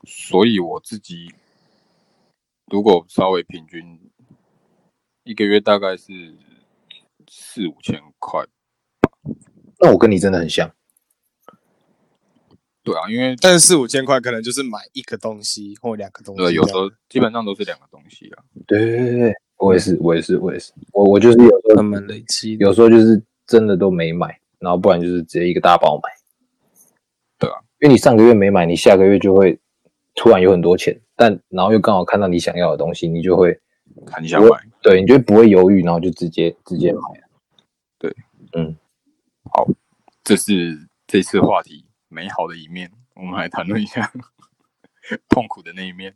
S1: 所以我自己如果稍微平均一个月大概是四五千块，
S2: 那我跟你真的很像，
S1: 对啊，因为
S3: 但是四五千块可能就是买一个东西或两个东西这
S1: 呃
S3: 样。
S1: 有时候基本上都是两个东西啊。
S2: 对对对对，我也是，我也是，我也是，我我就是有时候
S3: 慢慢累积的。
S2: 有时候就是真的都没买，然后不然就是直接一个大包买，
S1: 对啊，
S2: 因为你上个月没买，你下个月就会突然有很多钱，但然后又刚好看到你想要的东西，你就会
S1: 看一下买。
S2: 对，你就不会犹豫，然后就直接直接买。
S1: 这是这次话题美好的一面，我们来谈论一下 痛苦的那一面。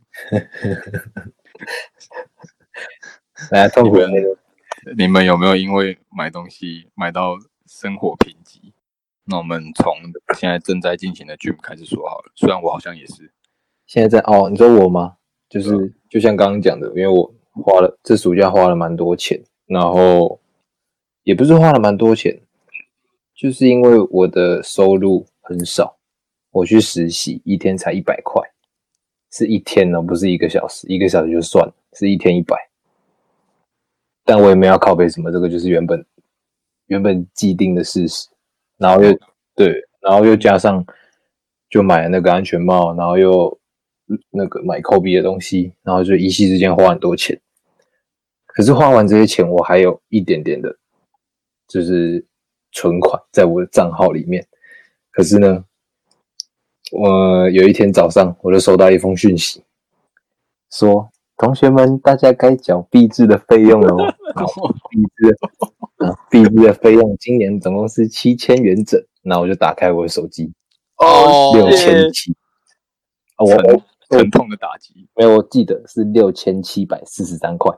S2: 来哎痛苦的
S1: 你
S2: 那
S1: 们
S2: 个，
S1: 你们有没有因为买东西买到生活贫瘠？那我们从现在正在进行的 gym 开始说好了。虽然我好像也是，
S2: 现在在哦，你说我吗？就是就像刚刚讲的，因为我花了这暑假花了蛮多钱，然后也不是花了蛮多钱，就是因为我的收入很少，我去实习一天才一百块，是一天哦，不是一个小时，一个小时就算了，是一天一百。但我也没有要靠背什么，这个就是原本原本既定的事实，然后又对，然后又加上就买了那个安全帽，然后又那个买 Kobe 的东西，然后就一夕之间花很多钱。可是花完这些钱，我还有一点点的，就是存款在我的账号里面。可是呢，我有一天早上我就收到一封讯息，说同学们，大家该缴币制的费用了哦。然后币制的，嗯，币制的费用今年总共是七千元整。那我就打开我的手机，
S4: 哦
S2: 六
S4: 谢
S2: 千七。啊我我
S3: 哦
S2: 我
S1: 疼痛的打击。
S2: 没有，我记得是六千七百四十三块。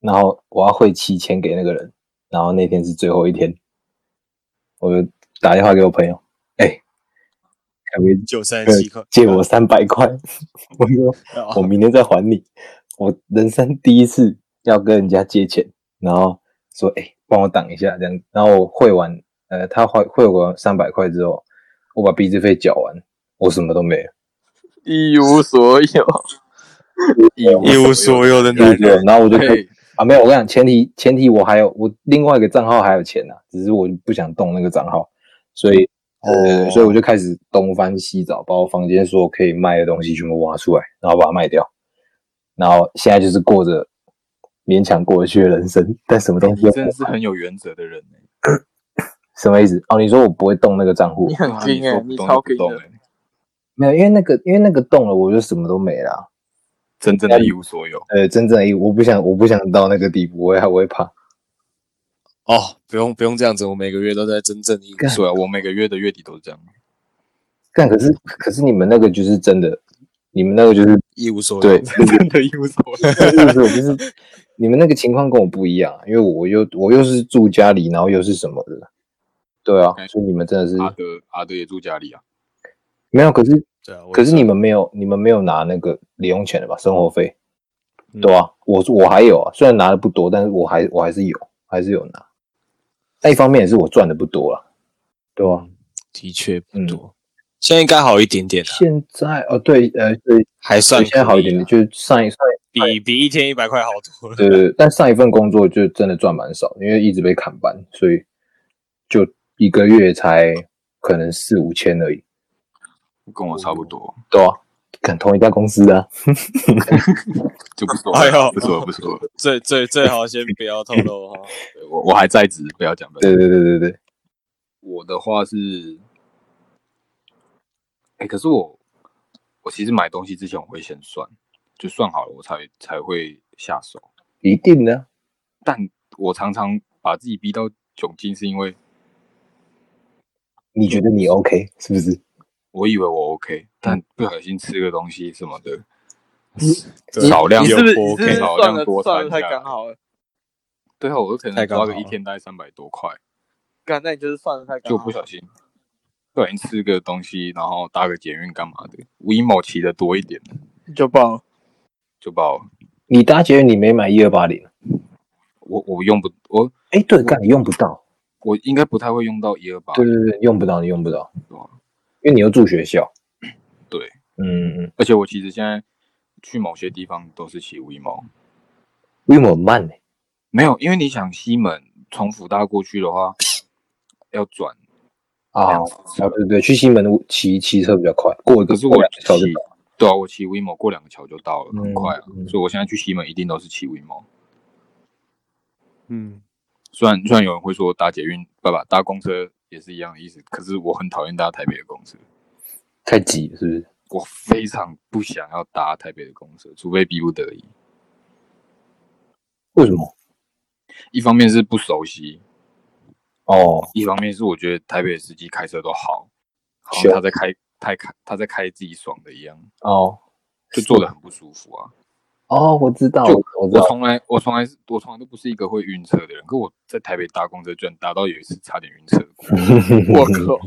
S2: 然后我要汇七千给那个人，然后那天是最后一天，我就打电话给我朋友，哎、可不可以
S3: 九三
S2: 呃
S3: 七块，
S2: 借我三百块？ 我说
S3: 哦
S2: 我明天再还你。我人生第一次要跟人家借钱，然后说哎，欸帮、我挡一下这样。然后我汇完，呃，他汇汇我三百块之后，我把币制费缴完，我什么都没有。
S4: 一无所有。
S3: 一无所有的男人，
S2: 然后我就
S1: 对，
S2: 啊，没有，我跟你讲，前提前提我还有我另外一个账号还有钱啊，只是我不想动那个账号，所以呃，
S3: 哦
S2: 所以我就开始东翻西找，把我房间所有可以卖的东西全部挖出来，然后把它卖掉，然后现在就是过着勉强过得去的人生，但什么东西
S1: 你
S2: 都
S1: 真的是很有原则的人、欸。
S2: 什么意思？哦，你说我不会动那个账户
S4: 你，很
S1: 啊
S4: 硬
S1: 你
S4: 哎、
S1: 说不
S4: 你
S1: 动
S4: 超
S1: 就不
S4: 硬
S1: 动、
S4: 的。
S1: 欸，
S2: 没有，因为那个因为那个动了，我就什么都没了啊、
S1: 真正的一无所有。
S2: 呃，真正的，我不想我不想到那个地步，我也我会怕。
S3: 哦，不用不用这样子，我每个月都在真正一
S2: 干
S1: 对啊，我每个月的月底都是 这样。
S2: 但可是可是你们那个就是真的，你们那个就是
S3: 一无所有。
S2: 对，
S1: 真的一无所 有。
S2: 就是我就是你们那个情况跟我不一样啊，因为我又我又是住家里，然后又是什么的，对啊，
S1: OK
S2: 所以你们真的是
S1: 阿德阿德也住家里啊，
S2: 没有，可是
S3: 对啊，我
S2: 可是
S3: 知道
S2: 你们没有你们没有拿那个零用钱的吧？生活费，
S3: 嗯
S2: 对啊，我我还有啊，虽然拿的不多，但是我还我还是有还是有拿，但一方面也是我赚的不多了，对啊，
S3: 嗯的确不多，嗯现在应该好一点点了，
S2: 现在哦对呃对，
S3: 啊还算
S2: 对现在好一点
S3: 可以啊
S2: 点，
S3: 啦
S2: 就是上一上一
S3: 比比一天一百块好多了。
S2: 对对，呃对但上一份工作就真的赚蛮少，因为一直被砍班，所以就一个月才可能四五千而已，
S1: 跟我差不多，
S2: 对啊，砍同一家公司的啊、
S1: 就不说了，
S3: 哎呦
S1: 不说了，不说了。
S3: 最最最好先不要透露哈。
S1: 对我我还在职，不要讲。不要讲
S2: 对对对对对，
S1: 我的话是，哎、可是我我其实买东西之前我会先算，就算好了我才才会下手。
S2: 一定的啊，
S1: 但我常常把自己逼到窘境，是因为
S2: 你觉得你 OK 是不是？
S1: 我以为我 OK，但
S3: 嗯
S1: 不小心吃个东西什么的，
S3: 对
S1: 少量
S4: 你是不是
S3: 有
S4: 你
S3: 不
S4: 是不
S3: OK
S4: 是
S1: 少
S4: 算
S1: 量
S4: 的
S1: 多
S4: 算的
S1: 餐
S4: 太
S1: 下
S4: 刚
S1: 来
S4: 好了？
S1: 对啊，我可能
S3: 太刚
S1: 抓
S3: 好
S1: 个一
S3: 了嗯
S1: 天大概三百多块，
S4: 干，那你就是算的太刚
S1: 就
S4: 好
S1: 不
S4: 了
S1: 小。心不小心吃个东西，然后搭个捷运干嘛的，WeMo 骑的多一点
S4: 就爆了。
S1: 就爆了。
S2: 你搭捷运你没买一二八零，啊
S1: 我我用不我
S2: 哎，对，干你用不到，
S1: 我应该不太会用到一二八，
S2: 对对对，用不到你用不到
S1: 对啊，
S2: 因为你又住学校，
S1: 对，
S2: 嗯嗯
S1: 而且我其实现在去某些地方都是骑 WeMo，
S2: 嗯，因为我慢、欸，
S1: 没有，因为你想西门从福大过去的话，要转
S2: 啊，
S1: 两
S2: 哦
S1: 次车，
S2: 对对，去西门骑骑车比较快，过一个
S1: 可是我
S2: 过两个小时
S1: 骑，对啊，我骑 WeMo 过两个桥就到了，很快啊，
S2: 嗯嗯
S1: 所以我现在去西门一定都是骑 WeMo。
S3: 嗯，
S1: 虽然虽然有人会说搭捷运，爸爸搭公车也是一样的意思，可是我很讨厌搭台北的公车，
S2: 太挤了是不是？
S1: 我非常不想要搭台北的公车，除非逼不得已。
S2: 为什么？
S1: 一方面是不熟悉，
S2: 哦，
S1: 一方面是我觉得台北的司机开车都好，好像他在开太开他在开自己爽的一样，
S2: 哦，
S1: 就坐的很不舒服啊。
S2: 哦，我知道，
S1: 就
S2: 我知
S1: 我
S2: 道，
S1: 从来我从来是我从来都不是一个会晕车的人，可我在台北搭公车居然搭到有一次差点晕车过，嗯
S4: 我靠，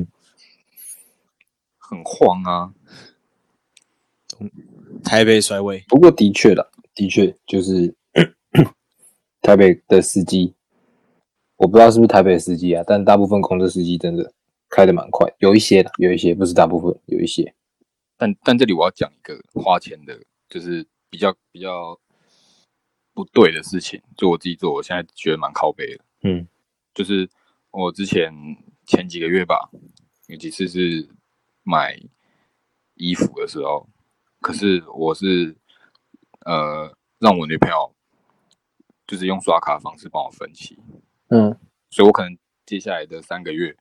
S1: 很晃啊。
S3: 台北甩尾，
S2: 不过的确啦，的确就是台北的司机，我不知道是不是台北的司机啊，但大部分公车司机真的开的蛮快，有一些啦，有一些不是大部分，有一些
S1: 但但这里我要讲一个花钱的，就是比较比较不对的事情，就我自己做，我现在觉得蛮靠背的。
S2: 嗯，
S1: 就是我之前前几个月吧，有几次是买衣服的时候，可是我是呃让我女朋友就是用刷卡的方式帮我分期，
S2: 嗯，
S1: 所以我可能接下来的三个月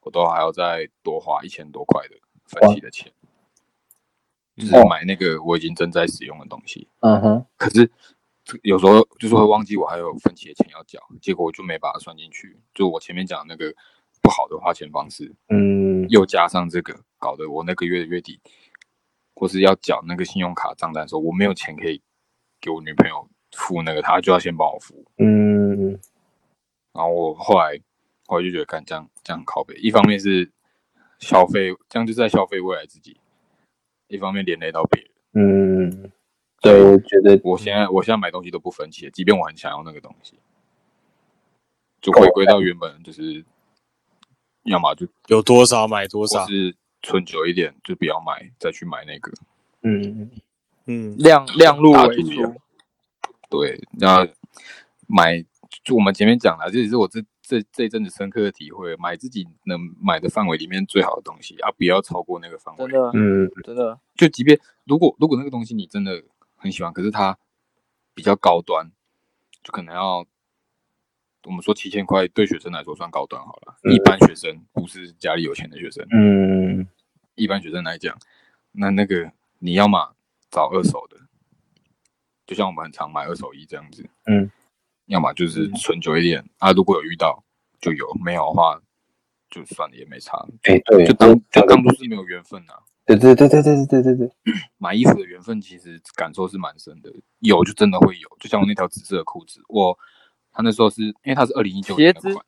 S1: 我都还要再多花一千多块的分期的钱。就是买那个我已经正在使用的东西，
S2: 嗯哼，
S1: 可是这有时候就是会忘记我还有分期的钱要缴，结果我就没把它算进去。就我前面讲的那个不好的花钱方式，
S2: 嗯，
S1: 又加上这个，搞得我那个月的月底或是要缴那个信用卡账单的时候，我没有钱可以给我女朋友付那个，她就要先帮我付。
S2: 嗯，
S1: 然后我后来我就觉得，干这样这样很靠背，一方面是消费，这样就在消费未来自己；一方面连累到别人。
S2: 嗯，对，我觉得
S1: 我现
S4: 嗯
S1: 在我现在买东西都不分期，即便我很想要那个东西，就回归到原本就是，要么就
S3: 有多少买多
S1: 或
S3: 少。
S1: 是存久一点，就不要买，再去买那个。
S2: 嗯，
S3: 嗯，
S4: 量量入
S1: 大
S4: 为
S1: 注意啊
S4: 出，
S1: 对，那买就我们前面讲啊了，这也是我这这这一阵子深刻的体会，买自己能买的范围里面最好的东西啊，不要超过那个范围
S4: 真。的
S2: 嗯，
S4: 真的，
S1: 就即便如果如果那个东西你真的很喜欢，可是它比较高端，就可能要我们说七千块对学生来说算高端好了。
S2: 嗯
S1: 一般学生不是家里有钱的学生，
S2: 嗯，
S1: 一般学生来讲，那那个你要么找二手的，就像我们很常买二手衣这样子，
S2: 嗯，
S1: 要么就是存久一点啊，如果有遇到就有，没有的话就算了也没差，
S2: 哎，对，
S1: 就当就当做是没有缘分啊。
S2: 对对对对对对对对，
S1: 买衣服的缘分其实感受是蛮深的，有就真的会有。就像我那条紫色的裤子，我他那时候是因为它是二零一九年的
S4: 鞋子
S1: 款，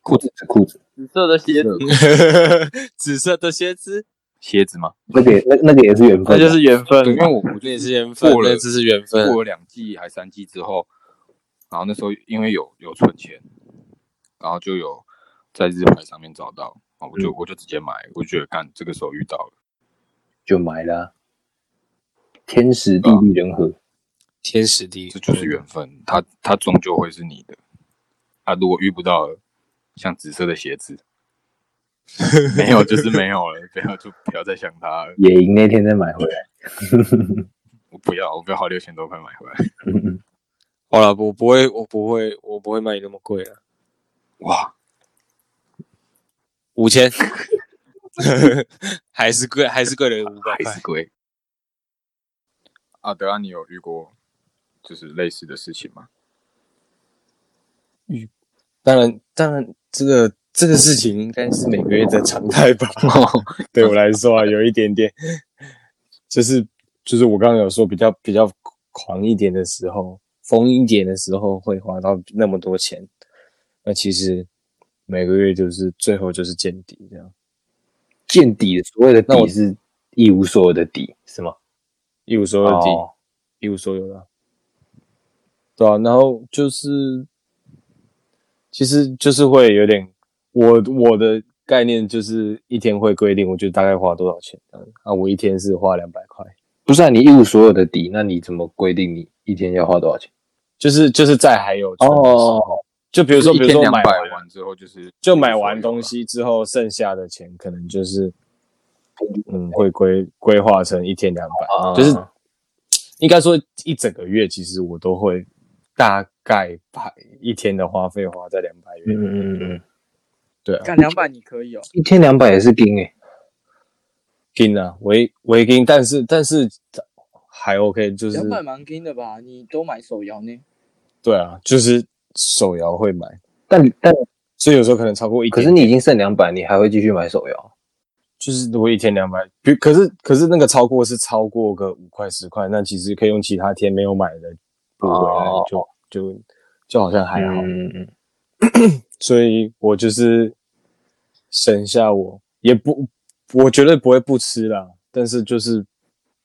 S1: 裤子
S2: 这裤子
S4: 紫色的
S1: 紫
S4: 鞋
S1: 色
S4: 子，
S1: 的裤子
S3: 紫色的鞋子，
S1: 鞋子吗？
S2: 那个也那那个也是缘
S4: 那
S2: 分，啊
S4: 就是缘分
S1: 对，因为我我
S3: 那
S1: 就
S3: 也是
S1: 是
S3: 缘分
S1: 过，了
S3: 那只是缘分。
S1: 过了两季还三季之后，然后那时候因为有有存钱，然后就有在日牌上面找到，啊，我就
S4: 嗯
S1: 我就直接买，我就觉得看这个时候遇到了，
S2: 就买了啊，天时地利人和，
S3: 天时地利，嗯
S1: 这就是缘分，它它终究会是你的。啊，如果遇不到了，像紫色的鞋 子，没有就是没有了，不要就不要再想它了。
S2: 野营那天再买回来，
S1: 我不要，我不要花六千多块买回来。
S2: 嗯
S3: 好了，我不会，我不会，我不会卖你那么贵了，
S1: 哇，
S3: 五千， 还是贵，还是贵了五百
S1: 还
S3: 块
S1: 是。贵。啊，德安，你有遇过就是类似的事情 吗？
S3: 当然，当然，这个这个事情应该是每个月的常态吧。 对我来说啊，有一点点，就是就是我刚刚有说比较比较狂一点的时候，疯一点的时候会花到那么多钱，那其实每个月就是最后就是见底这样，
S2: 见底所谓的
S3: 那
S2: 底
S3: 我
S2: 是一无所有的底是吗？
S3: 一无所有的底。
S2: 哦，
S3: 一无所有的啊、对啊，然后就是，其实就是会有点，我我的概念就是一天会规定，我就大概花多少钱这样啊，我一天是花两百块，
S2: 不是啊，你一无所有的底，那你怎么规定你一天要花多少钱？
S3: 就是就是在还有存的时候，
S2: 哦，
S3: 就比如说
S1: 一
S3: 比如
S1: 天
S3: 说
S1: 两
S3: 买
S1: 百
S3: 完
S1: 完之后就是
S3: 就买完东，西之后，剩下的钱可能就是，嗯，会规规划成一天两百，
S2: 啊，
S3: 就是应该说一整个月，其实我都会大概把一天的花费花在两百元，
S2: 嗯嗯嗯嗯，
S3: 对啊，
S4: 干两百你可以哦，
S2: 一千两百也是金诶，
S3: 硬啊，围围硬，但是但是还 OK，就是
S4: 两百蛮金的吧？你都买手摇呢？
S3: 对啊，就是手摇会买，
S2: 但但
S3: 所以有时候可能超过一
S2: 可
S3: 天，
S2: 是你已经剩两百，你还会继续买手摇？
S3: 就是如果一天两百，比可是可是那个超过是超过个五块十块，那其实可以用其他天没有买的补回来，
S2: 哦
S3: 就就就好像还好，
S2: 嗯嗯
S3: 所以我就是省下我也不，我绝对不会不吃啦，但是就是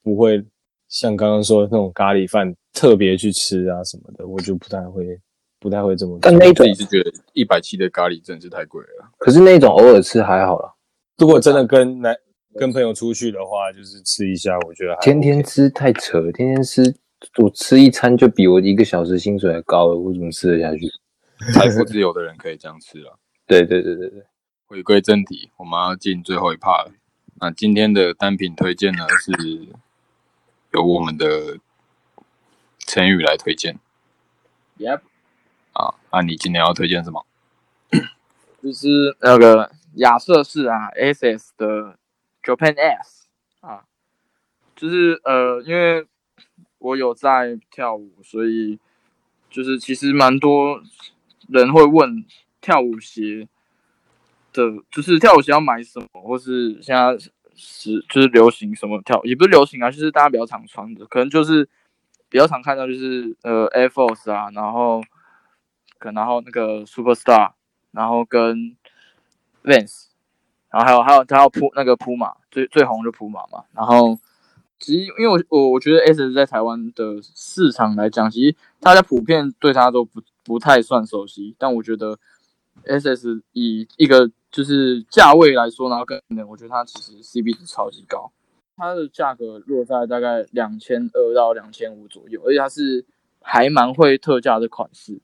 S3: 不会像刚刚说的那种咖喱饭特别去吃啊什么的，我就不太会不太会这么做。
S2: 但那一
S1: 自
S2: 种
S1: 己是觉得一百七的咖喱真的是太贵 了，
S2: 可是那一种偶尔吃还好啦，
S3: 如果
S2: 啊
S3: 真的跟来跟朋友出去的话，就是吃一下，我觉得还
S2: 天
S3: OK
S2: 天吃太扯了，天天吃我吃一餐就比我一个小时薪水还高了，我怎么吃得下去？
S1: 财富自由的人可以这样吃了。啊
S2: 对对对对对，
S1: 回归正题，我们要进最后一 part 了。那今天的单品推荐呢，是由我们的陈宇来推荐
S4: Yep，
S1: 啊。那你今天要推荐什么？
S4: 就是那个亚瑟士啊，SS 的 Japan S 啊，就是呃，因为我有在跳舞，所以就是其实蛮多人会问跳舞鞋的，就是跳舞鞋要买什么，或是现在是就是流行什么跳，也不是流行啊，就是大家比较常穿的，可能就是比较常看到就是呃 Air Force 啊，然后可能然后那个 Superstar，然后跟 Vans，然后还有还有他要扑那个扑马，最最红就扑马嘛。然后其实因为我我我觉得 S 在台湾的市场来讲，其实大家普遍对他都不不太算熟悉，但我觉得 SS 以一个就是价位来说，然后跟我觉得它其实 CP 值超级高，它的价格落在大概两千二到两千五左右，而且它是还蛮会特价的款式。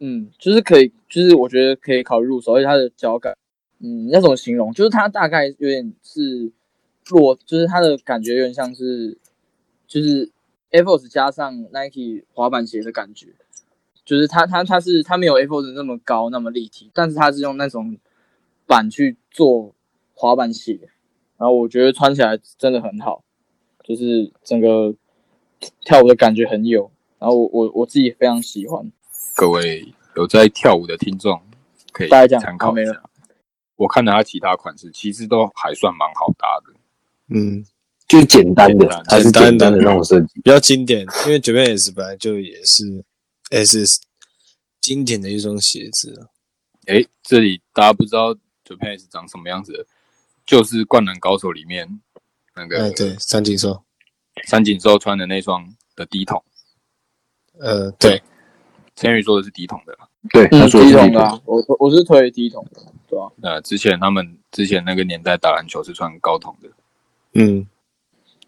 S4: 嗯，就是可以，就是我觉得可以考虑入手，而且它的脚感，嗯，要怎么形容？就是它大概有点是落，就是它的感觉有点像是，就是 Air Force 加上 Nike 滑板鞋的感觉，就是它它它是它没有 Air Force 那么高那么立体，但是它是用那种板去做滑板鞋，然后我觉得穿起来真的很好，就是整个跳舞的感觉很有，然后我我我自己非常喜欢。
S1: 各位有在跳舞的听众可以
S4: 大概这样
S1: 参
S4: 好
S1: 考
S4: 没
S1: 一下。我看了它其他款式，其实都还算蛮好搭的。
S3: 嗯，
S2: 就是简单的
S1: 简单，
S2: 它是简单的那种设计。
S3: 比较经典，因为 Japan S 本来就也是 S 经典的一双鞋子啊，
S1: 诶，这里大家不知道 Japan 是长什么样子的，就是《灌篮高手》里面那
S3: 哎
S1: 个
S3: 对，三井寿，
S1: 三井寿穿的那双的低筒。
S3: 呃对，
S1: 陈宇说的是低筒的啦，
S2: 对，他
S4: 嗯，
S2: 说的
S4: 低
S2: 是
S4: 筒
S2: 低
S4: 的、
S2: 筒
S4: 啊，我我是推低筒的，对啊，
S1: 呃，之前他们之前那个年代打篮球是穿高筒的，
S3: 嗯，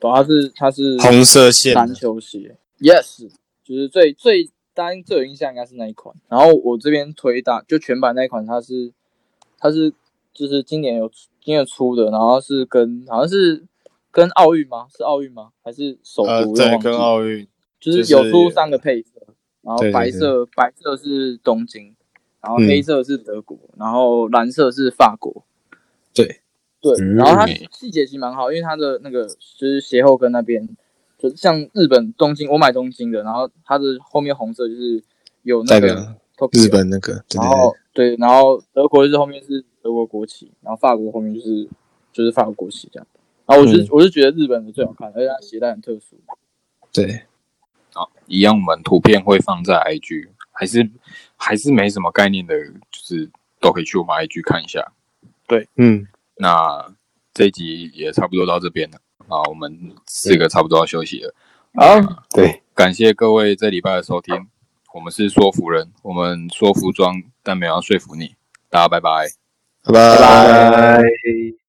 S4: 对啊，它是它是
S3: 红色线
S4: 篮
S3: 的，
S4: 球鞋，yes，就是最最大家最有印象应该是那一款。然后我这边推打就全版那一款，它是它是就是今年有今年出的，然后是跟好像是跟奥运吗？是奥运吗？还是首都？
S3: 呃
S4: 我
S3: 对，
S4: 忘记
S3: 跟奥运
S4: 就是有出三个配色，然后
S3: 对对嗯
S4: 白色白色是东京，然后黑色是德国，然后蓝色是法国。
S3: 对
S4: 对，
S2: 嗯
S4: 然后它
S1: 嗯
S4: 细节其实蛮好，因为它的那个就是鞋后跟那边，就像日本东京，我买东京的，然后它的后面红色就是有那
S3: 代
S4: 个哦
S3: 表
S4: Tokyo
S3: 日本那个，对
S4: 然
S3: 对
S4: 后对，然后德国就是后面是德国国旗，然后法国后面就是就是法国国旗这样。然后我是、
S3: 嗯
S4: 我是觉得日本的最好看，而且它鞋带很特殊。
S3: 对对，
S1: 好，一样我们图片会放在 IG，还是还是没什么概念的，就是都可以去我们 IG 看一下。
S3: 嗯，
S1: 那这一集也差不多到这边了啊，我们四个差不多要休息了。
S4: 啊，
S2: 对，
S1: 感谢各位这礼拜的收听，我们是说服人，我们说服装，但没有要说服你。大家拜拜。
S3: 拜拜
S2: 拜拜。